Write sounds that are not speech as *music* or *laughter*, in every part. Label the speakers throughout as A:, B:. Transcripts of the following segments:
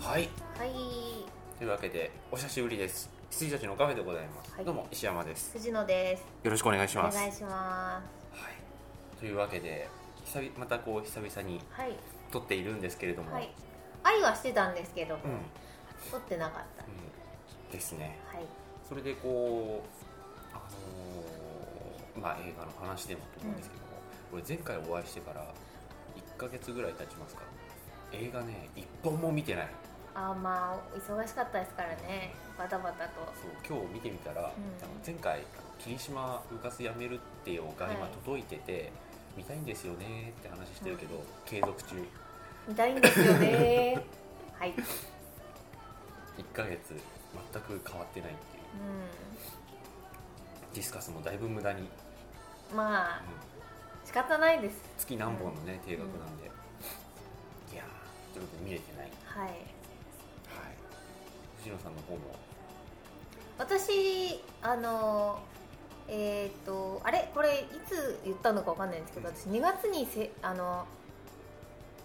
A: はい
B: はい
A: というわけでお久しぶりです羊たちのカフェでございます、
B: はい
A: どうも石山です
B: 藤野です
A: よろしくお願いし
B: お
A: ます
B: 願いします
A: はい、というわけで久々またこう久々に
B: はい
A: 撮っているんですけれども、
B: はい愛はしてたんですけど、
A: うん、うん
B: 撮ってなかった
A: ですね
B: はい
A: それでこうあのーまあ映画の話でもと思うんですけども、俺前回お会いしてから1ヶ月ぐらい経ちますから映画ね一本も見てない
B: あーまあ忙しかったですからねバタバタと
A: そう今日見てみたら、あの前回霧島部活やめるってよが今
B: はい
A: 届いてて、見たいんですよねって話してるけど、継続中
B: 見たいんですよ
A: *laughs*
B: ねはいうん
A: 1ヶ月全く変わってないっていうディスカスもだいぶ無駄に、うん
B: まあ仕方ないです
A: 月何本のね定額なんで、いやーということで見れてないはい
B: はい
A: 藤野さんの方も
B: 私あのえっ、とあれこれいつ言ったのかわかんないんですけど
A: うん
B: 私2月にせあの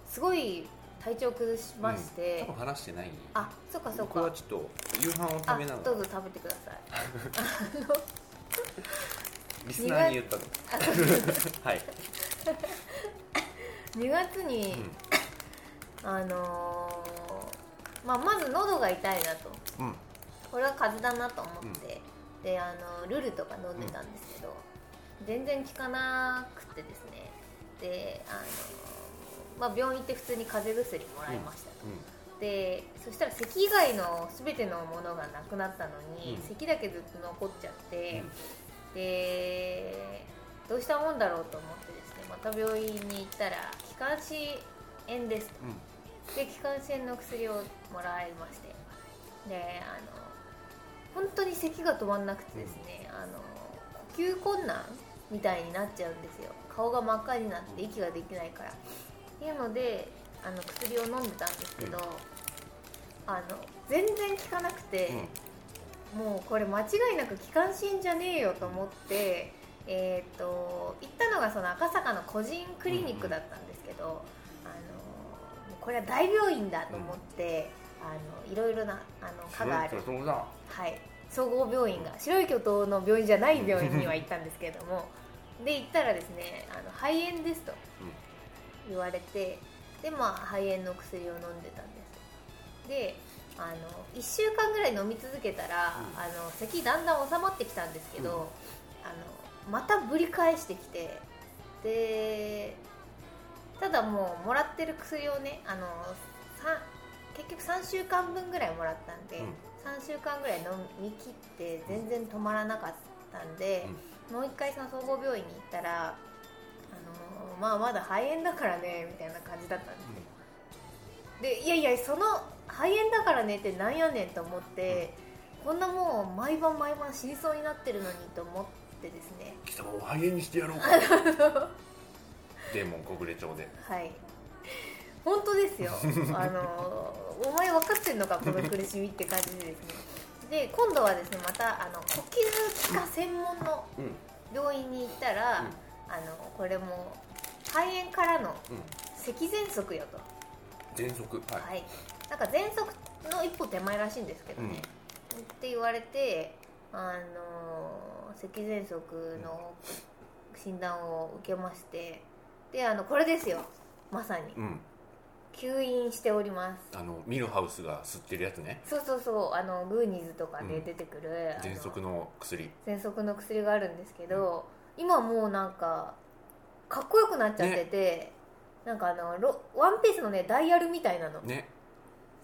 B: すごい体調崩しまして、
A: うん多分話してない
B: あそっかそっ
A: 僕は
B: か
A: ちょっと夕飯を
B: あ
A: 食べなが
B: どう
A: ら
B: ぞ食べてください
A: リスナーに言ったの
B: あそう
A: *laughs* はい、
B: 2月に、あのーまあ、まず喉が痛いなと
A: うんうん
B: これは風邪だなと思って、であのルルとか飲んでたんですけど、全然効かなくてですねであのー、まあ、病院行って普通に風邪薬もらいましたと、でそしたら咳以外の全てのものがなくなったのに、
A: うん
B: 咳だけずっと残っちゃって、
A: うん
B: でどうしたもんだろうと思ってですねまた病院に行ったら気管支炎ですと
A: うん
B: で気管支炎の薬をもらいましてであの本当に咳が止まんなくてですね、あの呼吸困難みたいになっちゃうんですよ顔が真っ赤になって息ができないからっていうのであの薬を飲んでたんですけど、
A: うん
B: あの全然効かなくて、
A: うん
B: もうこれ間違いなく気管支炎じゃねえよと思って、えー、と行ったのがその赤坂の個人クリニックだったんですけど、あのもうこれは大病院だと思って、あのいろいろなあの科がある
A: そ、うだ
B: はい、総合病院が白い巨頭の病院じゃない病院には行ったんですけれどもで行ったらですねあの肺炎ですと言われてでまあ肺炎の薬を飲んでたんですであの1週間ぐらい飲み続けたら、
A: うん
B: あの咳だんだん収まってきたんですけど、
A: うん
B: あのまたぶり返してきてでただもうもらってる薬をねあのさ結局3週間分ぐらいもらったんで、
A: うん
B: 3週間ぐらい飲み切って全然止まらなかったんで、もう一回その総合病院に行ったらあのーまあまだ肺炎だからねみたいな感じだったんですでいやいやその肺炎だからねってなんやねんと思って、こんなもう毎晩毎晩死にそうになってるのにと思ってですね
A: 貴様をハゲにしてやろうか *laughs* デーモン小暮町で
B: はい本当で
A: *laughs*
B: すよあのーお前分かってんのかこの苦しみって感じでですねで今度はですねまたあの呼吸器科専門の
A: うんうん
B: 病院に行ったら、
A: うん
B: あのこれも肺炎からの咳喘息よと、
A: 全息はい、
B: はい、なんか喘息の一歩手前らしいんですけどね、って言われてあのー咳喘息の診断を受けましてであのこれですよまさに
A: うん
B: 吸引しております
A: あのミルハウスが吸ってるやつね
B: そうそうそうあのグーニーズとかで
A: うん
B: 出てくる、あの
A: 喘息の薬
B: 喘息の薬があるんですけど、今もうなんかかっこよくなっちゃってて、なんかあのロワンピースのねダイヤルみたいなの
A: ね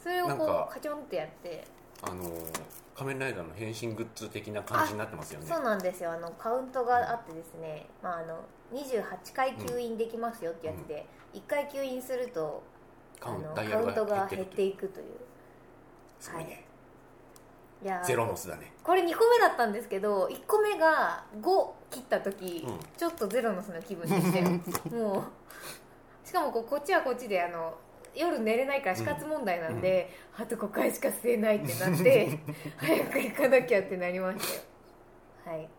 B: それを
A: なん
B: こ
A: か
B: うカチョンってやって
A: あのー仮面ライダーの変身グッズ的な感じになってますよね
B: そうなんですよあのカウントがあってですね、まあ、あの28回吸引できますよってやつで、1回吸引すると
A: カ
B: あ
A: ウン
B: の
A: ダイヤル
B: カウント
A: が減
B: が
A: ってる
B: 減っ
A: とい
B: て
A: う
B: いくという
A: すごいね
B: いやー
A: ゼロノスだね
B: これ2個目だったんですけど1個目が5切った時、
A: うん
B: ちょっとゼロのその気分でしたよもうしかもこうこっちはこっちであの夜寝れないから死活問題なんで、あと5回しか吸えないってなって早く行かなきゃってなりましたよはいだか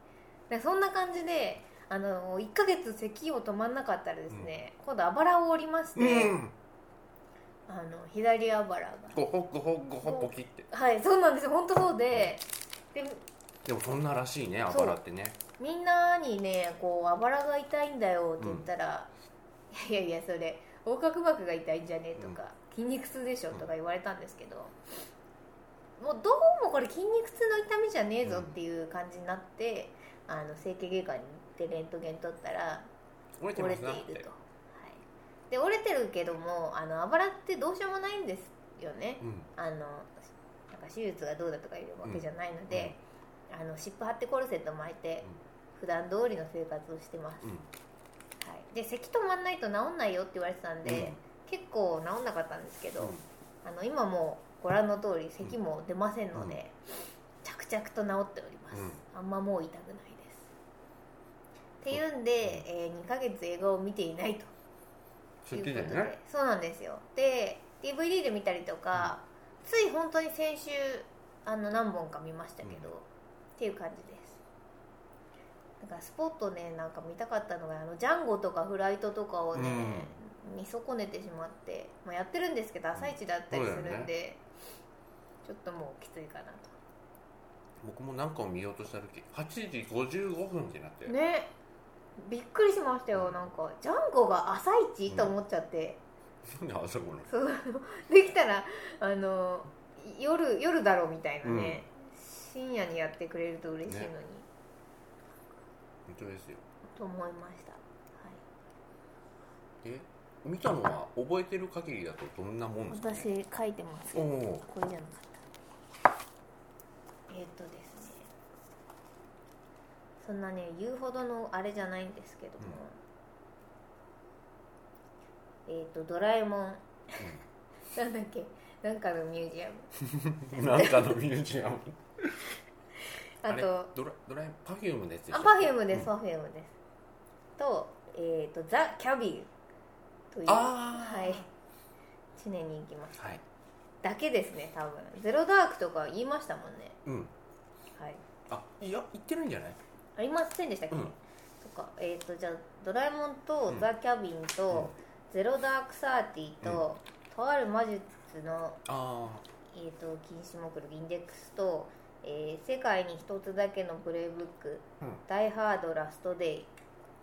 B: らそんな感じであの1ヶ月咳を止まんなかったらですね、今度あばらを折りまして、
A: うん
B: ああの左あばらが
A: ごほごほごほポキって
B: はいそうなんですよ本当そうでで
A: でもそんならしいねあばらってね
B: みんなにねこうあばらが痛いんだよって言ったら、いやいやそれ横隔膜が痛いんじゃねえとか、筋肉痛でしょとか言われたんですけど、もうどうもこれ筋肉痛の痛みじゃねえぞっていう感じになって、あの整形外科に行ってレントゲン取ったら
A: 折れて
B: 折
A: ま
B: れ
A: す
B: てい
A: なっ
B: る
A: て
B: と、はい、で折れてるけどもあのあばらってどうしようもないんですよね、
A: うん
B: あのなんか手術がどうだとかいうわけじゃないので、あの湿布貼ってコルセット巻いて、普段通りの生活をしてます、
A: うん
B: はい、で咳止まんないと治んないよって言われてたんで、結構治んなかったんですけど、あの今もうご覧の通り咳も出ませんので、着々と治っております、あんまもう痛くないですっていうんで、えー2ヶ月映画を見ていないと
A: 知
B: い
A: っ
B: うこ
A: てた
B: とで
A: よね
B: そうなんですよで DVD で見たりとか、つい本当に先週あの何本か見ましたけど、
A: うん
B: っていう感じですだからスポットねなんか見たかったのがあのジャンゴとかフライトとかをね、見損ねてしまって、まあ、やってるんですけど朝一だったりする
A: そ
B: ん
A: うだよ
B: で、ちょっともうきついかな
A: 僕も何かを見ようとした時8時55分ってなって、
B: とねびっくりしましたよなんかジャンゴが朝一、
A: うん
B: と思っちゃって
A: なんで朝ごろ
B: そうできたらあの夜夜だろうみたいなね、深夜にやってくれると嬉しいのに、
A: ね本当ですよ
B: と思いました、はい
A: え見たのは覚えてる限りだとどんなもんですか、ね、
B: 私書いてます
A: おお
B: これじゃなかったえーっ、とですねそんなね言うほどのあれじゃないんですけども、えーっ、と「ドラえもん」なんだっけなんかのミュージアム
A: うんなんかのミュージアム
B: *laughs* あ
A: れ
B: と
A: ドラドラえパフュームのやつでし
B: あ
A: ょ
B: パフュームで
A: う
B: す
A: ん
B: パフュームですとえーっ、と「ザ・キャビー」という
A: あー
B: はい知念に行きます
A: はい
B: だけですね多分「ゼロダーク」とか言いましたもんね
A: うん
B: はい
A: あいや言ってるんじゃない
B: ありませんでしたっけ、
A: うん
B: とかえっ、とじゃあ「ドラえもん」と
A: う
B: 「
A: ん
B: ザ・キャビン」と「ゼロダークサーティと」とある魔術の、
A: あ
B: えー、と禁止目録インデックスと、えー世界に一つだけのプレイブック」
A: あうん
B: ダイハードラストデイ」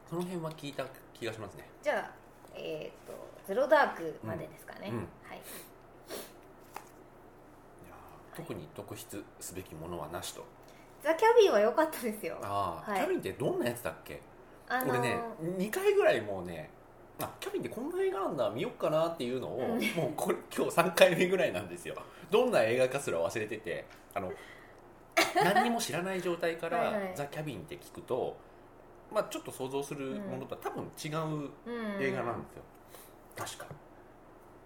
A: その辺は聞いた気がしますね
B: じゃあえっ、と「ゼロダーク」までですかね、
A: うんうん
B: はい
A: いやー特に特筆すべきものはなしと
B: 「ザ・キャビン」は良かったですよ
A: ああ、
B: はい
A: キャビンってどんなやつだっけ
B: あ
A: 俺
B: ー
A: ね2回ぐらいもうねあキャビンってこんな映画なんだ見よっかなっていうのを、
B: うん
A: もうこれ今日3回目ぐらいなんですよどんな映画かすら忘れててあの何にも知らない状態から
B: はいはい
A: ザ・キャビン」って聞くと、まあ、ちょっと想像するものとは多分違う
B: うん
A: 映画なんですよ、確か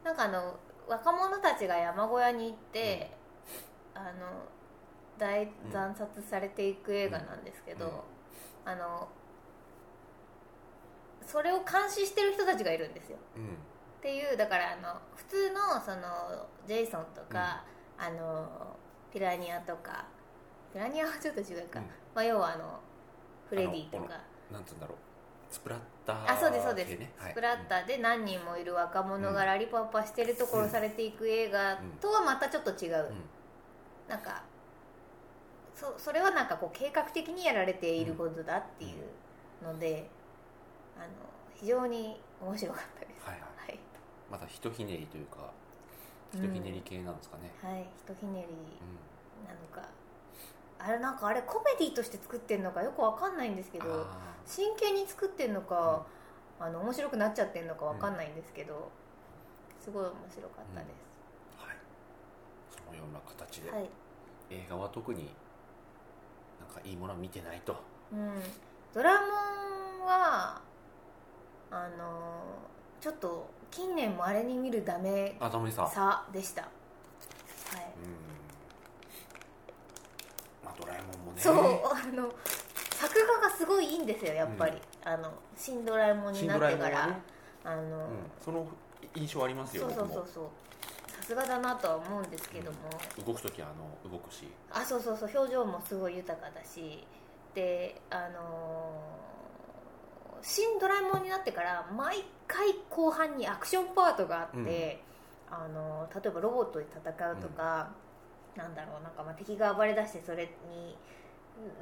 B: なんかあの若者たちが山小屋に行って、あの大
A: うん
B: 惨殺されていく映画なんですけど、あのそれを監視してる人たちがいるんですよ
A: うん
B: っていうだからあの普通のそのジェイソンとか、あのピラニアとかピラニアはちょっと違うか、
A: うん
B: まあ、要はあのフレディと
A: あのこ
B: か
A: なんつうんだろうスプラッター
B: あそうですそうです
A: 系ねはい
B: スプラッターで何人もいる若者がラリパッパしてると殺されていく映画とはまたちょっと違う、
A: うん
B: なんかそそれはなんかこう計画的にやられていることだっていうので、あの非常に面白かったです、
A: はいはい
B: はい
A: またひとひねりというかひとひねり系なんですかね、
B: はい、ひとひねり
A: うん
B: なのかあれなんかあれコメディとして作ってるのかよくわかんないんですけど
A: あ
B: 真剣に作ってるのか、あの面白くなっちゃってるのかわかんないんですけど、すごい面白かったで
A: ーはい、そのような形
B: す、
A: で、
B: はい
A: 映画は特になんかいいものは見てないと、
B: うん、ドラモンはあのーちょっと近年まれに見るダメ
A: あダメさ、
B: さでした、はい、
A: うんまあ、ドラえもんもね
B: そうあの作画がすごいいいんですよやっぱり、あの新ドラえもんに
A: 新
B: な
A: ド
B: っ
A: ラえ
B: て
A: もん
B: か
A: は
B: ら、
A: ね、
B: あ
A: う
B: の
A: ん、その印象ありますよ
B: そうそう
A: 僕
B: そ
A: も
B: うそうさすがだなとは思うんですけども、
A: 動く時はあの動くし、
B: あそうそうそう表情もすごい豊かだしであのー新ドラえもん」になってから毎回後半にアクションパートがあって、あの例えばロボットで戦うとか、なんだろうなんかまあ敵が暴れだしてそれに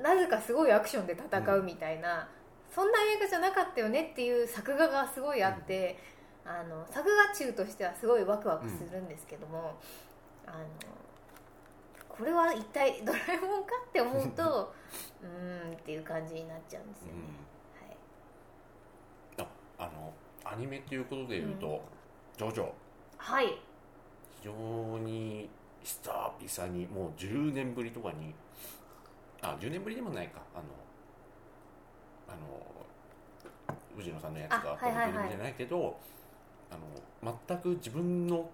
B: なぜかすごいアクションで戦うみたいな、そんな映画じゃなかったよねっていう作画がすごいあって、あの作画中としてはすごいワクワクするんですけども、あのこれは一体ドラえもんかって思う
A: *laughs*
B: とうーんっていう感じになっちゃうんですよね。はい
A: ああのアニメということで言うと、ジョジョ
B: はい、
A: 非常に久々にもう10年ぶりとかにあ10年ぶりでもないかあのあの藤野さんのやつがあった
B: あはいはいはい
A: 10年ぶりじゃないけどあの全く自分の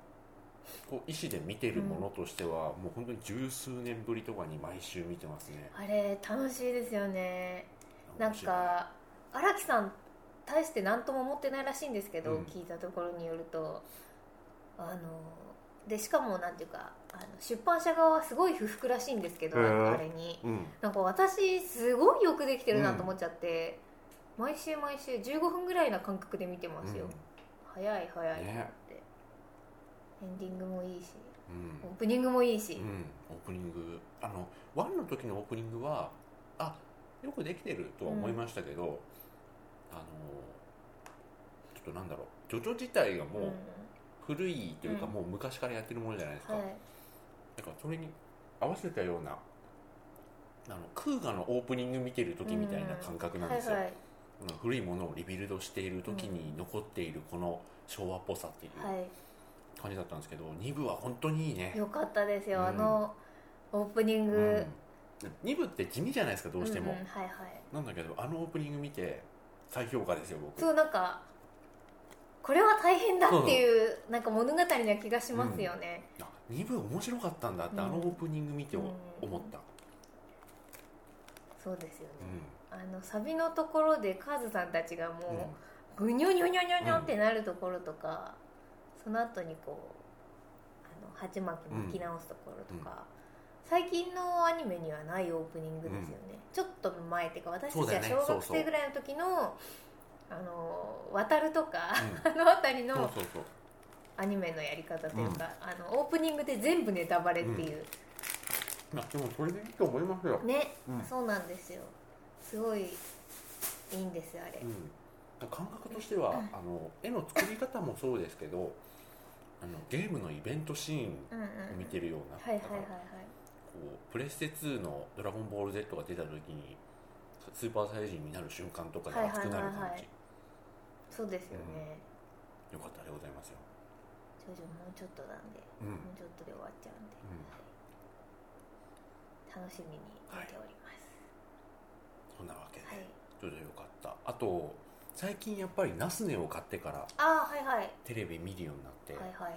A: こう意思で見てるものとしては、もう本当に十数年ぶりとかに毎週見てますね
B: あれ楽しいですよねなん
A: 面白い
B: か荒木さん大して何とも思ってないらしいんですけど、
A: うん
B: 聞いたところによるとあのでしかもなんていうかあの出版社側はすごい不服らしいんですけど、
A: へー
B: あれに
A: うん
B: なんか私すごいよくできてるなと思っちゃって、毎週毎週15分ぐらいな感覚で見てますよ、早い早いって、
A: ね
B: エンディングもいいし
A: うん
B: オープニングもいいし、
A: うん、オープニングあの1の時のオープニングはあよくできてるとは思いましたけど、あのちょっとなんだろうジョジョ自体がもう古いというか、
B: うん
A: もう昔からやってるものじゃないですか、
B: うんは
A: だからそれに合わせたようなあのクーガのオープニング見てる時みたいな感覚
B: い、
A: なん
B: は
A: で
B: い
A: すよ、
B: はい
A: うん古いものをリビルドしている時に残っているこの昭和っぽさっていう
B: はい
A: 感じだったんですけど、2部は本当にいいね
B: よかったです
A: う
B: よ、
A: ん
B: あのオープニング、
A: うん、2部って地味じゃないですかどうしても、
B: んんはいはい
A: なんだけどあのオープニング見て再評価ですよ僕
B: そうなんかこれは大変だっていうなんか物語な気がしますよね、
A: あ2部面白かったんだって、
B: うん
A: あのオープニング見てお
B: うん
A: 思った、
B: そうですよね
A: う、
B: あのサビのところでカズさんたちが
A: ん
B: もうぐにょにょにょにょにょってなるところとか、その後にこうあの鉢巻き巻き直すところとか、最近のアニメにはないオープニングですよね、ちょっと前っていうか私
A: そう
B: た
A: だ
B: ち
A: よ
B: は
A: ね
B: 小
A: そう
B: 学
A: そう
B: 生ぐらいの時の「あの渡る」とか、
A: う
B: あの辺り
A: うん
B: の
A: そうそうそう
B: アニメのやり方というか、あのオープニングで全部ネタバレっていう、
A: まあでもそれでいいと思いますよ、
B: ね、
A: うん
B: そうなんですよすごいいいんですよあれ、
A: うん、感覚としては、
B: うん
A: あの絵の作り方もそうですけどあのゲームのイベントシーン
B: うん、うん
A: を見てるような、
B: はい
A: だ
B: はいは
A: か
B: い
A: ら
B: はい
A: こうプレステ2の「ドラゴンボール Z」が出た時にスーパーサイヤ人になる瞬間とかで熱くなる感じ、
B: はいはいはいはいそうですよね、
A: よかったでございますよ、
B: 徐々もうちょっとなんで、
A: うん
B: もうちょっとで終わっちゃうんで、
A: うん
B: はい楽しみに見ております
A: そんなわけで、
B: はい、
A: ちょっとよかったあと最近やっぱりナスネを買ってから
B: ああはいはい
A: テレビ見るようになって、
B: はいはい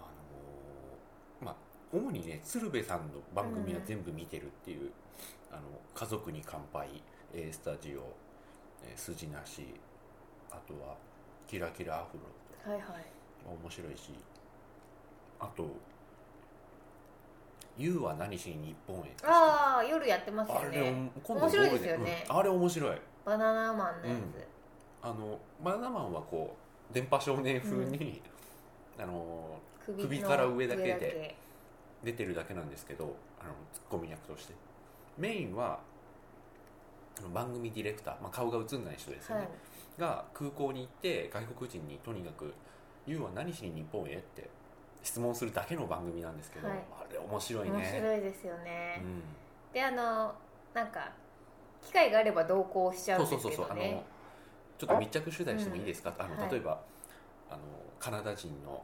A: あのーまあ主にね鶴瓶さんの番組は全部見てるっていう「あの家族に乾杯」えースタジオ」えー「筋なし」あとは「キラキラアフロ」
B: はいはい
A: 面白いしあと「YOU は何しに日本へ」って
B: ああ夜やってますよ
A: あれ
B: ね
A: 今度
B: 面白いですよね
A: うんあれ面白い
B: バナナマンのや
A: あのバナナマンはこう電波少年風に、あの
B: つ、首の
A: 首から上だけで出てるだけなんですけどあのツッコミ役としてメインはあの番組ディレクター、まあ、顔が映んない人ですよ
B: は
A: ね、
B: い
A: が空港に行って外国人にとにかく「YOU は何しに日本へ?」って質問するだけの番組なんですけど、
B: はい
A: あれ面白いね
B: 面白いですよね、
A: うん
B: であのなんか機会があれば同行しちゃうん
A: そう
B: です
A: そう
B: け
A: そうそう、
B: ど
A: あの
B: ね
A: ちょっと密着取材してもいいですか、
B: うん
A: あ
B: は
A: の
B: い
A: 例えば、あのカナダ人の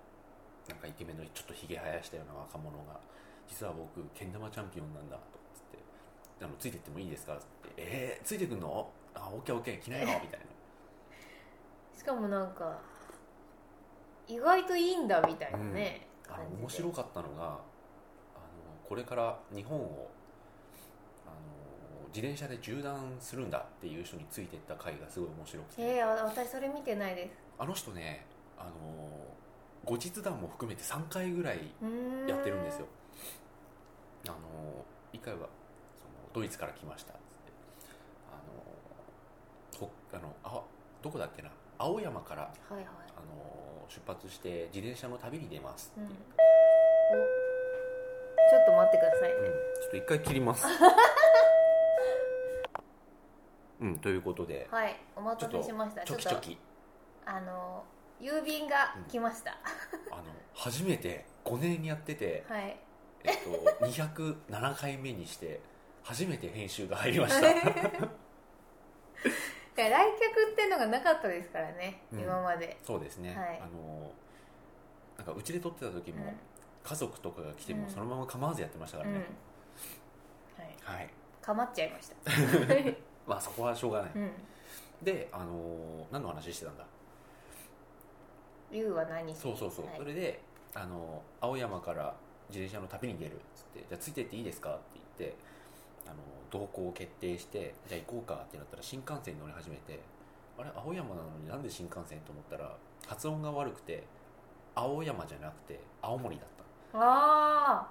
A: なんかイケメンのちょっとひげ生やしたような若者が「実は僕けん玉チャンピオンなんだ」とつってあの「ついてってもいいですか?」って「えー、ついてくんのあオッケーオッケー着なよ」み
B: *laughs*
A: たいな
B: しかもなんか意外といいんだみたいなね、
A: あ
B: 感
A: の
B: じで
A: 面白かったのがあのこれから日本をあの自転車で縦断するんだっていう人についてった回がすごい面白くて、
B: えー、あ私それ見てないです
A: あの人ねあの後日談も含めて3回ぐらいう
B: ー
A: やってるんですよあの一回はそのドイツから来ましたっつってあのほあのあどこだっけな青山から
B: はいはい
A: あの出発して自転車の旅に出ます
B: う
A: っ
B: ん、お
A: ていう、
B: ちょっと待ってください
A: うん、ちょっと一回切りますうんということで
B: はいお
A: ちょ
B: 待
A: った
B: せ
A: と
B: しました
A: チョキチョキ
B: あの郵便が来ました、
A: あの初めて5年やってて、
B: はい
A: えっ
B: *laughs*
A: と、207回目にして初めて編集が入りました
B: *laughs* いや来客ってのがなかったですからね、
A: うん
B: 今まで
A: そうですね、
B: はい
A: あのなんかうちで撮ってた時も、
B: うん
A: 家族とかが来て
B: う
A: も
B: ん
A: そのまま構わずやってましたから
B: うん
A: ね、
B: はい
A: はい
B: かまっちゃい
A: *laughs*
B: ました
A: まあそこはしょうがない、
B: うん
A: であの何の話してたんだ
B: ゆうは何
A: そうそうそう、
B: はい
A: それであの青山から自転車の旅に出るっつって「じゃあついてっていいですか?」って言ってあの同行を決定して「じゃあ行こうか」ってなったら新幹線に乗り始めてあれ青山なのになんで新幹線と思ったら発音が悪くて青山じゃなくて青森だった
B: あ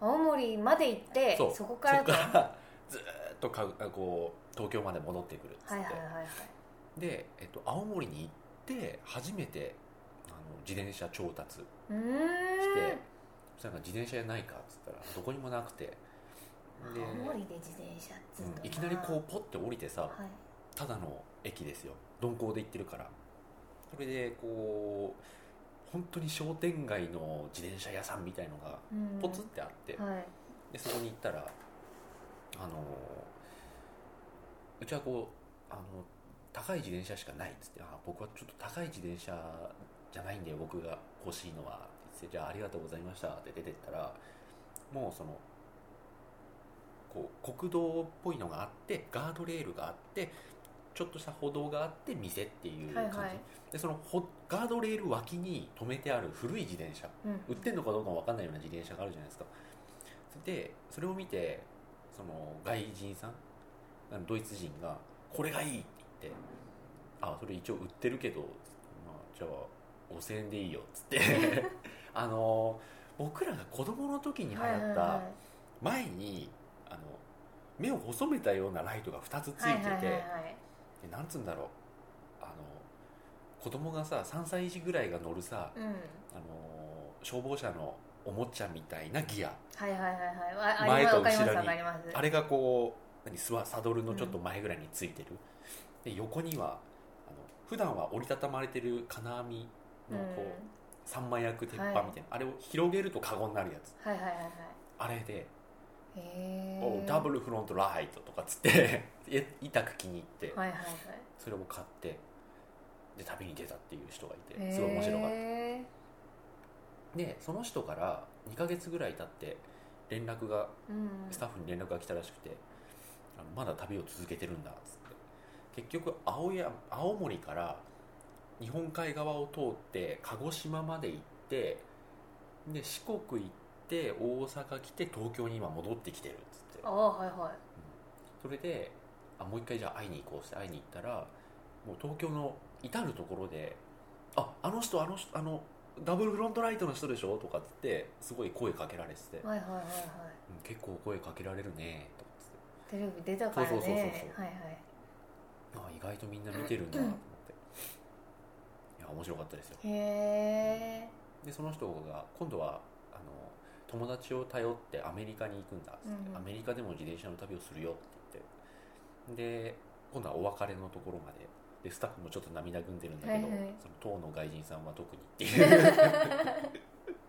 B: あ青森まで行って
A: そう
B: そこか
A: そ
B: らと
A: っ
B: は
A: から *laughs* ずーっとかこう東京まで戻ってくるっつって、
B: いはいはいはい
A: で、えっと、青森に行って初めてあの自転車調達
B: うーん
A: してそしたらなんか自転車ないかっつったらどこにもなくてで、
B: 青森で自転車っつう
A: うんいきなりこうポッて降りてさ
B: はい
A: ただの駅ですよ鈍行で行ってるからそれでこう本当に商店街の自転車屋さんみたいのが
B: うん
A: ポツってあって、
B: はい
A: でそこに行ったらあのうちはこうあの高い自転車しかないっつってあ僕はちょっと高い自転車じゃないんで僕が欲しいのはって言ってじゃあありがとうございましたって出てったらもうそのこう国道っぽいのがあってガードレールがあってちょっとした歩道があって店っていう
B: はい
A: 感
B: は
A: じ、
B: い
A: でそのほガードレール脇に止めてある古い自転車
B: うん
A: 売ってんのかどうかも分かんないような自転車があるじゃないですかでそれを見てその外人さんあのドイツ人が「これがいい!」って言って「あそれ一応売ってるけど、まあ、じゃあ5000円でいいよ」っつって
B: *laughs*
A: あの僕らが子供の時に流
B: はいはい
A: 行った
B: は
A: 前にあの目を細めたようなライトが2つつ
B: いはいい
A: て
B: はいはい
A: て
B: はい
A: でなんつうんだろうあの子供がさ3歳児ぐらいが乗るさ
B: うん
A: あのー消防車のおもちゃみたいなギア
B: はいはいはいはいあ
A: 前と
B: わかります
A: 後ろ
B: わ
A: に
B: かります
A: あれがこう何スワサドルのちょっと前ぐらいについてる、で横にはあの普段は折りたたまれてる金網のこう、
B: う
A: 三枚焼く鉄板みたいな、あれを広げるとカゴになるやつ
B: ん、はいはいはいはい
A: あれで
B: へ
A: 「
B: え
A: おダブ
B: ル
A: ルフロントライト」とかつって *laughs* え痛く気に入って、
B: はいはいはい
A: それを買ってで旅に出たっていう人がい
B: へ
A: て
B: ー
A: すごい面白かった。でその人から2ヶ月ぐらい経って連絡が
B: うん
A: スタッフに連絡が来たらしくて「あのまだ旅を続けてるんだ」っつって結局青や青森から日本海側を通って鹿児島まで行ってで四国行って大阪来て東京に今戻ってきてるっつって
B: ああはいはい
A: それであもう一回じゃあ会いに行こうっつって会いに行ったらもう東京の至る所で「ああの人あの人あのダブルフロントライトの人でしょ?」とかっつってすごい声かけられてて「うん
B: はいはいはいはい
A: 結構声かけられるね」とかっつって。
B: テレビ出たからね
A: そうそうそうそう
B: はいはい
A: あ意外とみんな見てるんだなと思っていや面白かったですよ
B: へえ
A: でその人が今度はあの友達を頼ってアメリカに行くんだっつって、
B: うんうん
A: アメリカでも自転車の旅をするよって言ってで今度はお別れのところまででスタッフもちょっと涙ぐんでるんだけど、
B: はいはい
A: その当の外人さんは特にっていう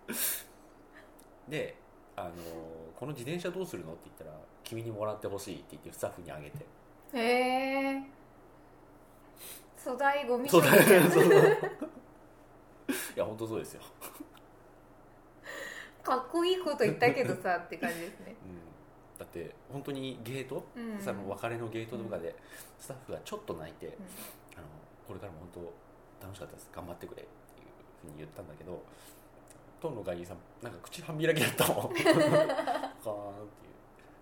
B: *laughs*
A: であのこの自転車どうするのって言ったら君にもらってほしいって言ってスタッフにあげて
B: へえ粗大ゴミ
A: そうだ
B: 処理
A: ね。そういや本当そうですよ。
B: かっこいいこと言ったけどさって感じですね
A: だって本当にゲート、
B: うん
A: さもう別れのゲートとかでスタッフがちょっと泣いて、
B: ん
A: あのこれからも本当楽しかったです。頑張ってくれっていうふうに言ったんだけど、トンの外人さんなんか口半開きだったもん。カーンっ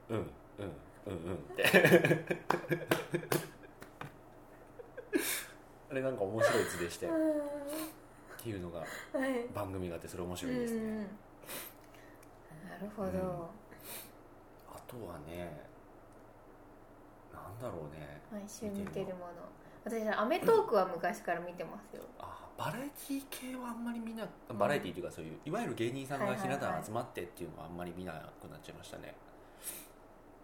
A: ていう。うんうんうんうんって。 *laughs* あれなんか面白い図でしてっ
B: う
A: ていうのが
B: んはい
A: 番組があってそれ面
B: う
A: 白いですね。
B: んなるほど、
A: うん
B: は
A: あとはね、なんだろうね、
B: い一緒に見てるもの私「アメトーク」は昔から見てますよ、
A: あバラエティ系はあんまり見なバラエティというかそういう、いわゆる芸人さんがひな壇集まってっていうのはあんまり見なくなっちゃいましたね、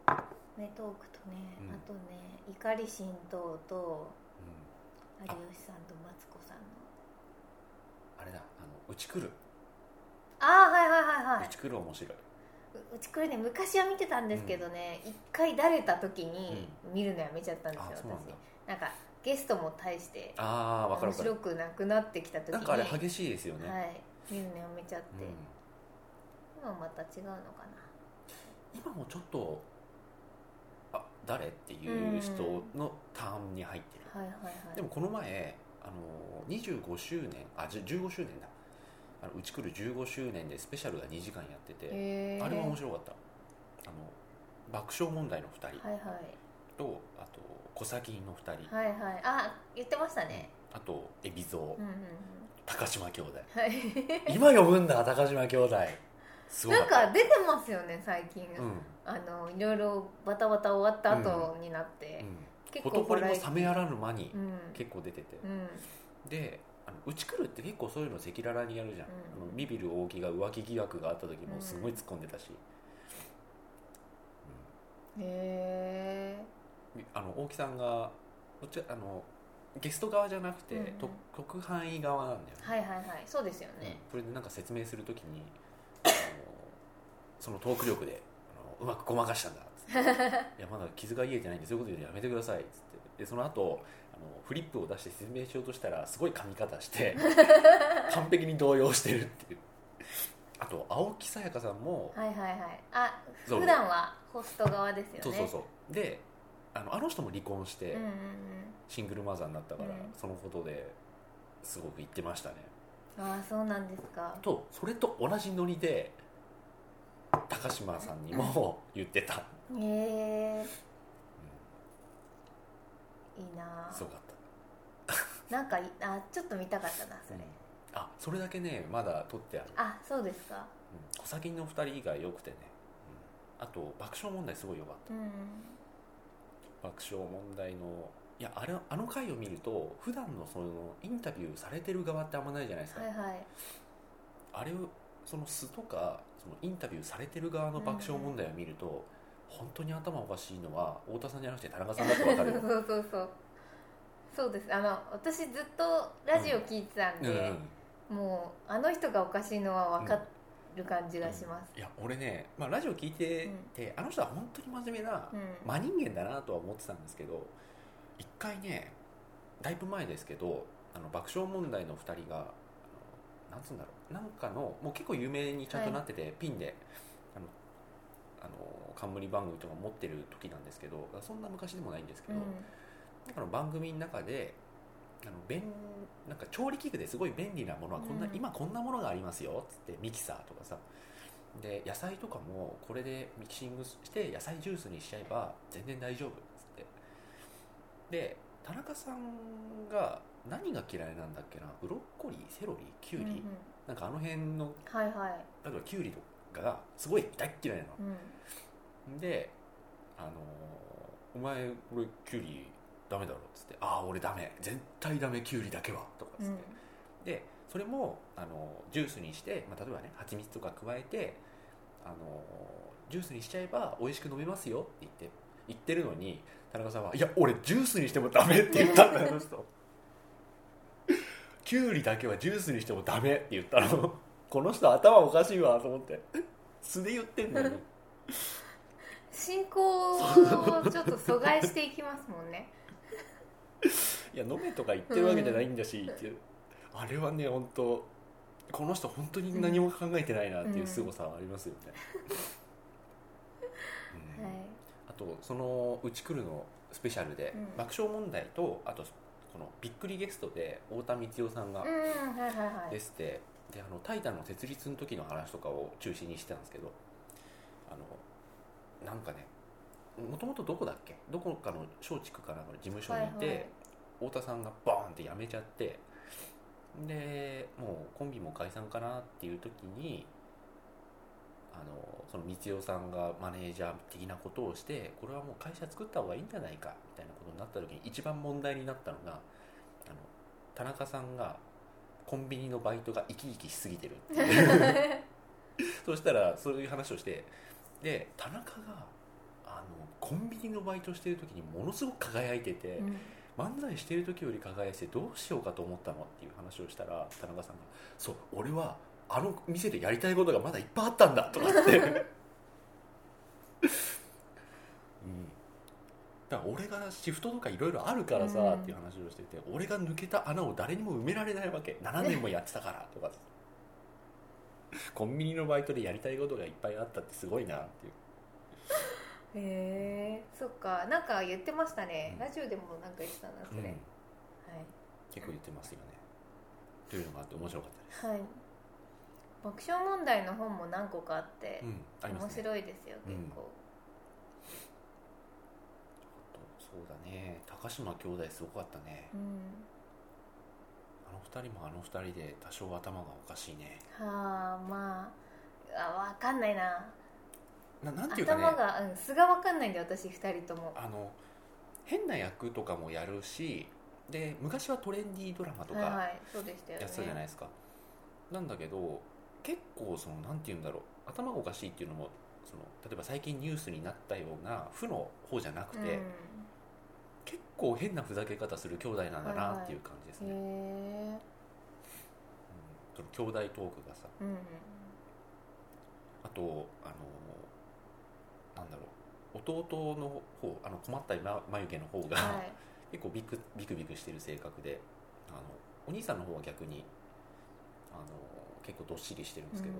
B: アメトークとね、
A: うん
B: あとね怒り神道と
A: う
B: 有吉さんとマツコさんの
A: ん、あれだあのうちくる
B: ああはいはいはいはいう
A: ちくる面白い、
B: ううちこれね昔は見てたんですけどね一、回だれた時に見るのやめちゃったんです
A: あ
B: よ、
A: そうなんだ
B: 私なんかゲストも大して
A: ああ分かる
B: 面
A: 分かる
B: 白くなくなってきた時に
A: なんかあれ激しいですよね、
B: はい見るのやめちゃって、
A: うん
B: 今また違うのかな
A: 今もちょっとあ誰っていう人のターンに入ってる、
B: はいはいはい
A: でもこの前あの25周年あじゅ15周年だあのうちくる15周年でスペシャルが2時間やってて、
B: へー
A: あれは面白かったあの爆笑問題の2人
B: はい
A: と、あと小崎の2人、
B: はいはいはいあ言ってましたね
A: あと海老蔵、
B: うんうんうん
A: 高島兄弟
B: はい
A: 今呼ぶんだ高島兄弟すごか
B: な
A: っ
B: ん
A: た
B: か出てますよね最近、
A: うん、うん
B: あのいろいろバタバタ終わった後になって、結
A: ほと
B: 構
A: ぼ
B: バ
A: り
B: ラ
A: も
B: エティ
A: 冷めやらぬ間に
B: うん
A: 結構出てて、
B: うん
A: であのうち来るって結構そういうの赤裸々にやるじゃん、
B: うん
A: あのビビる大木が浮気疑惑があった時も
B: うん
A: すごい突っ込んでたし、
B: へ
A: みあの大木さんがこっちあのゲスト側じゃなくて、
B: うんうん
A: と特派員側なんだよ
B: ーはいはいはいそうですよね、
A: これでなんか説明するときにあのそのトーク力であのうまくごまかしたんだつって
B: *laughs*
A: いやまだ傷が癒えてないんでそういうこと言うのやめてくださいっつってでその後あのフリップを出して説明しようとしたらすごい噛み方して
B: *laughs*
A: 完璧に動揺してるっていうあと青木さやかさんも、
B: はいはいはいあ
A: そう
B: 普段はホスト側ですよね
A: そうそうそうであのあの人も離婚して
B: うんうん
A: シングルマザーになったから、
B: うん
A: そのことですごく言ってましたね
B: うんああそうなんですか
A: とそれと同じノリで高島さんにも言ってた、
B: へえいいな
A: うん、
B: あ
A: すごかった
B: なんかいあちょっと見たかったなそれ、
A: うんあそれだけねまだ撮ってある、
B: あそうですか
A: うん、小崎の2人以外良くてね、うん、あと爆笑問題すごい良かっ
B: うんうん
A: た爆笑問題のいやあれあの回を見ると普段のそのインタビューされてる側ってあんまないじゃないですか、
B: はいはい
A: あれをその素とかそのインタビューされてる側の爆笑問題を見ると、本当に頭おかしいのは太田さんじゃなくて田中さんだって分か
B: *laughs* そう
A: るよ、
B: そうそうそうそうですあの私ずっとラジオ聞いてたん
A: う
B: で、
A: んうん
B: もうあの人がおかしいのは分かる感じがします
A: いや俺ね、まあ、ラジオ聞いてて、あの人は本当に真面目な、
B: うん、
A: 真人間だなとは思ってたんですけど一回ねだいぶ前ですけどあの爆笑問題の2人があのなんつうんだろうなんかのもう結構有名にちゃんとなってて、ピンであのあの冠番組とか持ってる時なんですけどそんな昔でもないんですけ
B: う
A: ど、
B: ん
A: なんかの番組の中であの便なんか調理器具ですごい便利なものはこんな、
B: うん
A: 今こんなものがありますよっつってミキサーとかさで野菜とかもこれでミキシングして野菜ジュースにしちゃえば全然大丈夫っつってで田中さんが何が嫌いなんだっけなブロッコリーセロリキュウリ、
B: うんうん
A: なんかあの辺の
B: はいはい、
A: 例えばキュウリとかがすごい大っ嫌いなの
B: うん、
A: で、あのーお前俺キュウリダメだろ」っつって「ああ俺ダメ絶対ダメキュウリだけは」とかっつって、でそれも、あのージュースにして、まあ、例えばね蜂蜜とか加えて、あのージュースにしちゃえば美味しく飲めますよって言って言ってるのに田中さんは「いや俺ジュースにしてもダメ」って言ったんだよあの人キュウリだけはジュースにしてもダメって言ったのこの人頭おかしいわと思って素で言ってんのに
B: 進行をちょっと阻害していきますも
A: *laughs*
B: んね
A: いや飲めとか言ってるわけじゃないんだし、っていうあれはね本当この人本当に何も考えてないなっていう凄さはありますよね、うん
B: *laughs* はい
A: あとその「うち来る」のスペシャルで、
B: うん
A: 爆笑問題とあとこのびっくりゲストで太田光代さんが
B: うんはいはいはい
A: 出てて、であの「タイタン」の設立の時の話とかを中心にしてたんですけどあのなんかねもともとどこだっけどこかの松竹かなんかの事務所にいて、
B: はいはい
A: 太田さんがボーンって辞めちゃってでもうコンビも解散かなっていう時にあのその光代さんがマネージャー的なことをしてこれはもう会社作った方がいいんじゃないかみたいなことになった時に一番問題になったのがあの田中さんがコンビニのバイトが生き生きしすぎてるって
B: *laughs*
A: いう *laughs* そしたらそういう話をしてで田中があのコンビニのバイトしてる時にものすごく輝いてて、
B: うん
A: 漫才してる時より輝いてどうしようかと思ったのっていう話をしたら田中さんが「そう俺はあの店でやりたいことがまだいっぱいあったんだ」とかって
B: *laughs*
A: うんだから俺がシフトとかいろいろあるからさ、
B: うん
A: っていう話をしてて俺が抜けた穴を誰にも埋められないわけ7年もやってたからとか *laughs* コンビニのバイトでやりたいことがいっぱいあったってすごいなっていう
B: へえそっかなんか言ってましたね、
A: うん
B: ラジオでもなんか言ってたなそれ、
A: 結構言ってますよねというのがあって面白かったです、
B: はい、はい、爆笑問題の本も何個かあって
A: う、ん、ありますね
B: 面白いですよ
A: うん
B: 結構、
A: そうだね高島兄弟すごかったね
B: うん
A: あの二人もあの二人で多少頭がおかしいね
B: はあまああ分かんないな
A: ななんていうかね
B: 頭が、うん、素が分かんないんで私2人とも
A: あの変な役とかもやるしで昔はトレンディードラマとか
B: はいは
A: や
B: いそうでしたよね
A: ってたじゃないですか、なんだけど結構そのなんていうんだろう頭がおかしいっていうのもその例えば最近ニュースになったような負の方じゃなくて、結構変なふざけ方する兄弟なんだなっていう感じです
B: うん、
A: ね、う
B: へ
A: んその兄弟トークがさ *laughs*
B: えうん
A: あとあのなんだろう弟の方あの困った今眉毛の方が、
B: はい
A: *laughs* 結構ビクビクビクしてる性格であのお兄さんの方は逆にあの結構どっしりしてるんですけど、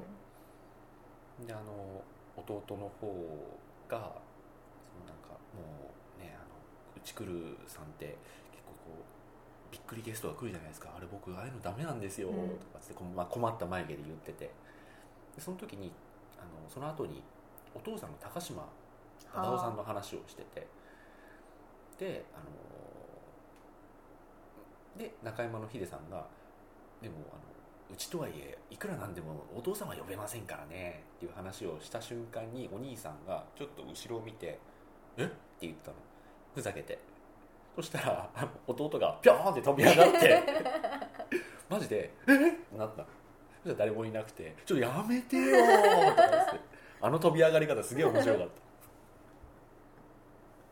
A: であの弟の方がそのなんかもうねあのうちくるさんって結構こうびっくりゲストが来るじゃないですかあれ僕ああいうのダメなんですよ、
B: うん
A: とかつってこう、まあ、困った眉毛で言っててでその時にあのその後にお父さんの高島忠夫さんの話をしててであので中山の秀さんがでもあのうちとはいえいくらなんでもお父さんは呼べませんからねっていう話をした瞬間にお兄さんがちょっと後ろを見て「えっ?」て言ったのふざけてそしたらあの弟がピョーンって飛び上がって
B: *laughs*
A: マジで「えっ?」ってなったのそしたら誰もいなくて「ちょっとやめてよ」とか言ってあの飛び上がり方すげえ面白かっ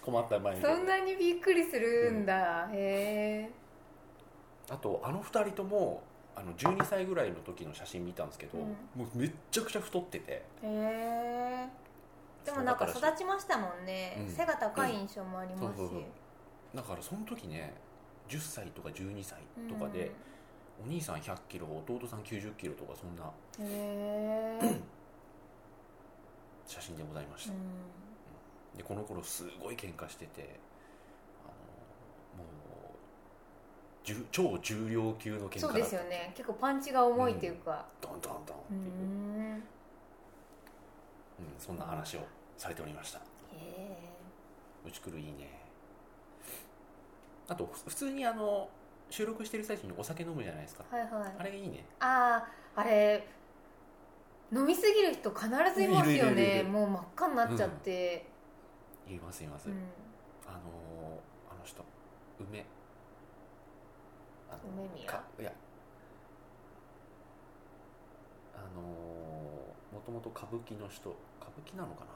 A: た困った前に
B: そんなにびっくりするんだ、へえ
A: あとあの2人ともあの12歳ぐらいの時の写真見たんですけど、
B: うん
A: もうめっちゃくちゃ太ってて
B: へえでもなんか育ちましたもんね、
A: うん
B: 背が高い印象もあり
A: そ
B: ま
A: う
B: すし、
A: そうそうだからその時ね10歳とか12歳とかで、お兄さん1 0 0キロ弟さん9 0キロとかそんな
B: うん、へえ、
A: 写真でございまし
B: う
A: た、
B: ん
A: でこの頃すごい喧嘩しててあのもう重超重量級の喧嘩
B: そう
A: だ
B: ですよね結構パンチが重いっていうか
A: ドンドンドンっ
B: う
A: てい
B: ーん
A: う、うんそんな話をされておりました
B: へ
A: うちくるいいねあとふ普通にあの収録してる最中にお酒飲むじゃないですか
B: えはいはい
A: あれいいね
B: あああれ飲みすぎる人必ずいま
A: い
B: すよ
A: るいるいるい
B: ね
A: る
B: もう真っ赤になっちゃって、
A: 言います言います、
B: うん
A: あのーあの人梅あの
B: 梅宮
A: かいやあのもともと歌舞伎の人歌舞伎なのかな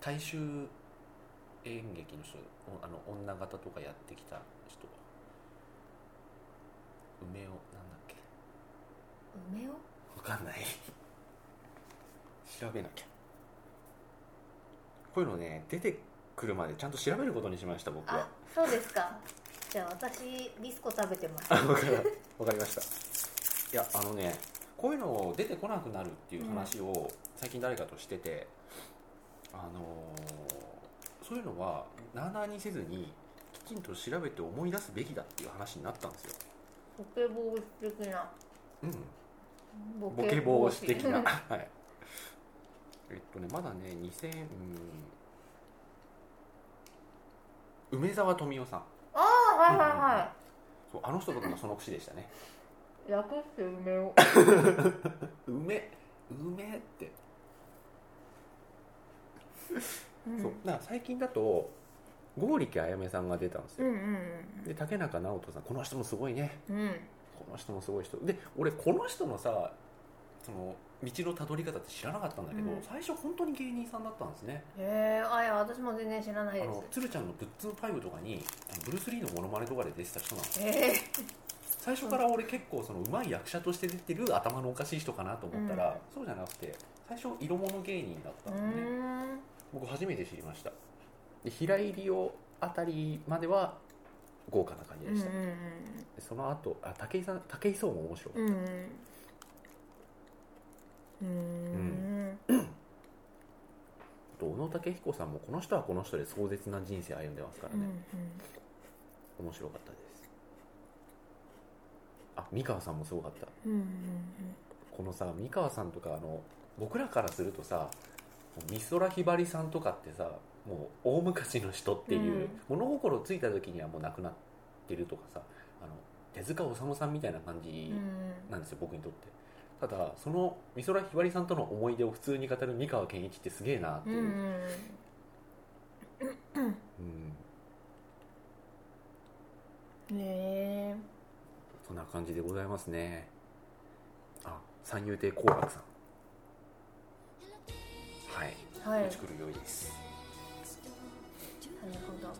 A: 大衆演劇の人おあの女形とかやってきた人梅をなんだっけ
B: 梅を
A: わかんない調べなきゃこういうのね出てくるまでちゃんと調べることにしました僕は
B: あそうですかじゃあ私ビスコ食べてます
A: あわかるわかりましたいやあのねこういうの出てこなくなるっていう話を最近誰かとしてて、あのーそういうのはなあなあにせずにきちんと調べて思い出すべきだっていう話になったんですよ、
B: ボケ防止的な
A: うん、
B: ボ
A: ボケ防止的な
B: う
A: *laughs*
B: ん
A: はいえっとねまだね2000うん梅沢富美男さん
B: あはいはいは
A: そうあの人とかがその節でしたね
B: い略して梅を
A: 梅うめえって、
B: うん
A: そうだから最近だと剛力あやめさんが出たんです
B: うん
A: よ、
B: うん
A: で竹中直人さんこの人もすごいね
B: うんうん
A: この人もすごい人で俺この人のさその道のたどり方って知らなかったんだけど、
B: うん
A: 最初本当に芸人さんだったんですね、
B: へえあいや私も全然知らない
A: あ
B: で
A: の鶴ちゃんの「ブッツンファイブ」とかにあのブルース・リーのモノマネとかで出てた人なの
B: すへえ
A: 最初から俺結構そのうまい役者として出てる頭のおかしい人かなと思ったら、
B: うん
A: そうじゃなくて最初色物芸人だっ
B: う
A: た
B: ー
A: のね、
B: ん
A: 僕初めて知りましたで平井理央あたりまでは豪華な感じ
B: う
A: で
B: ん
A: した、でその後あ武井さん武井壮も面白い、
B: うんうんうんうーん
A: あと小野武彦さんもこの人はこの人で壮絶な人生歩んでますから
B: うんう
A: ね、
B: ん
A: 面白かったですあ三河さんもすごかった
B: うんうん
A: このさ三河さんとかあの僕らからするとさ美空ひばりさんとかってさもう大昔の人っていう、物心ついた時にはもう亡くなってるとかさあの手塚治虫さんみたいな感じ
B: うん
A: なんですよ、僕にとってただその美空ひばりさんとの思い出を普通に語る三河健一ってすげえなって
B: う
A: いう、う
B: ん
A: ん
B: うんうんね
A: そんな感じでございますねあ三遊亭好楽さんはい
B: えはい
A: うち来る良いです
B: なるほど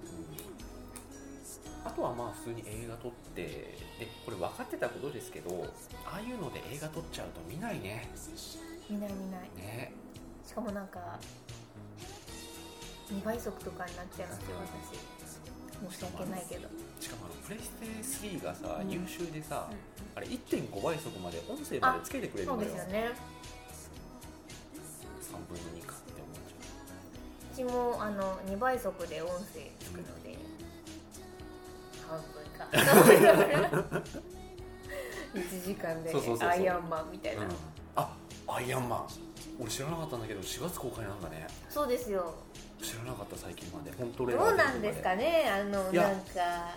A: あとはまあ普通に映画撮ってでこれ分かってたことですけどああいうので映画撮っちゃうと見ないね
B: 見ない見ない
A: ね
B: しかもなんか2倍速とかになっちゃいますよ私申し訳ないけど
A: しかもあのプレステ3がさ、
B: うん
A: 優秀でさ、
B: うん
A: あれ1.5倍速まで音声までつけてくれる
B: そ
A: の
B: う
A: よ
B: ですよね
A: 3分の2かって思っちゃ
B: うちもあの2倍速で音声つくので半分か
A: *laughs*
B: 1時間で
A: そうそうそうそう、
B: アイアンマンみたいうな、
A: うんあアイアンマン俺知らなかったんだけど4月公開なんだね
B: そうですよ
A: 知らなかった最近まで本当
B: どうなんですか
A: ね
B: ねあの
A: いや
B: なんか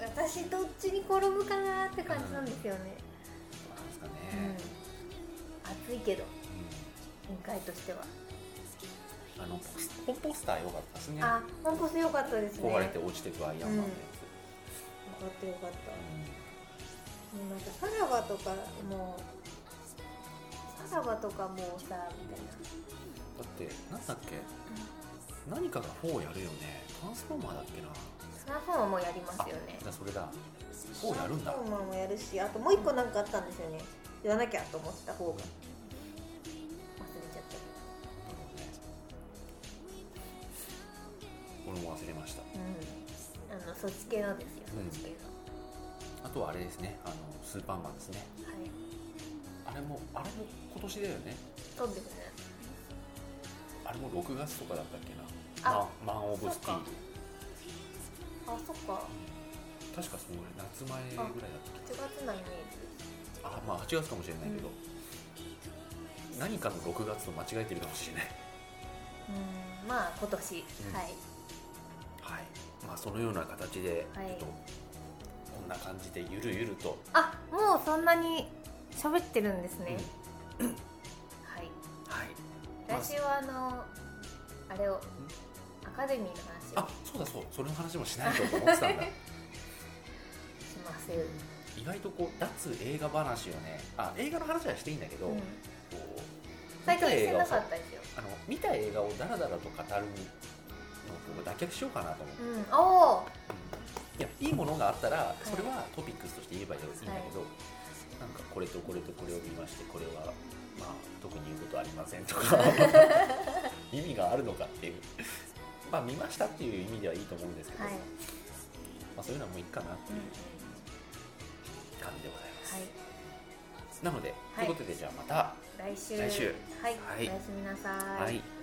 B: 私どっちに転ぶかなって感じなんですよね、
A: そうなんですかね、
B: うん、暑いけど展開としては、
A: うんあのポス本ポスター良かったですね
B: あ本こそ良かったですね
A: 壊れて落ちてくアイアンマンのやつ、
B: よかったよかったもうなんかさらばとかもうさらばとかもうさみたいな
A: だってなんだっけ、何かが4やるよねトランスフォーマーだっけな
B: スマホはもうやりますよね
A: あだそれだ4やるんだ
B: スマホもやるしあともう一個なんかあったんですよね言わなきゃと思ってた方が忘れちゃった
A: 俺も忘れました
B: けどうんあのそっち系のですよ
A: うん
B: そっち系
A: あとはあれですねあのスーパーマンですね
B: の、はい
A: あれもあれも今年だよね
B: そうですね
A: あれも6月とかだったっけな
B: あ
A: マンマン・オブ・スティール
B: そあそっか
A: 確かそう夏前ぐらいだった
B: 1月なイメー
A: あまあ8月かもしれないけど、何かの6月と間違えてるかもしれない
B: ジうんまあ今年、
A: うん
B: はい
A: はい、まあそのような形で、
B: はい
A: ちょっとこんな感じでゆるゆると、
B: あもうそんなに喋ってるんですね、はい
A: はい。ま
B: 来週はあのあれをアカデミーの話
A: あ
B: を、
A: そうだそう、それの話もしないと思ってたん
B: *laughs*
A: だ。
B: しますよ、
A: 意外とこう脱映画話をね、あ映画の話はしていいんだけど、
B: うん
A: こう
B: 最近
A: 見た
B: し
A: 映
B: て
A: 画
B: な
A: を
B: か
A: さ
B: ったですよ
A: あの見た映画をダラダラと語るのをこう脱却しようかなと思って
B: う。んおお
A: いやいいものがあったら
B: い
A: それはトピックスとして言えばいいんだけど、
B: はい
A: なんかこれとこれとこれを見ましてこれはまあ特に言うことありませんと
B: *laughs*
A: か意味があるのかっていうまあ見ましたっていう意味ではいいと思うんですけど、
B: はい、
A: まあ、そういうのはもういいかなって
B: うん
A: いう
B: うん
A: 感じでございます、
B: は
A: なので、
B: はい
A: ということでじゃあまた
B: い来週
A: 来週
B: はい、
A: はい
B: おやすみなさ
A: はい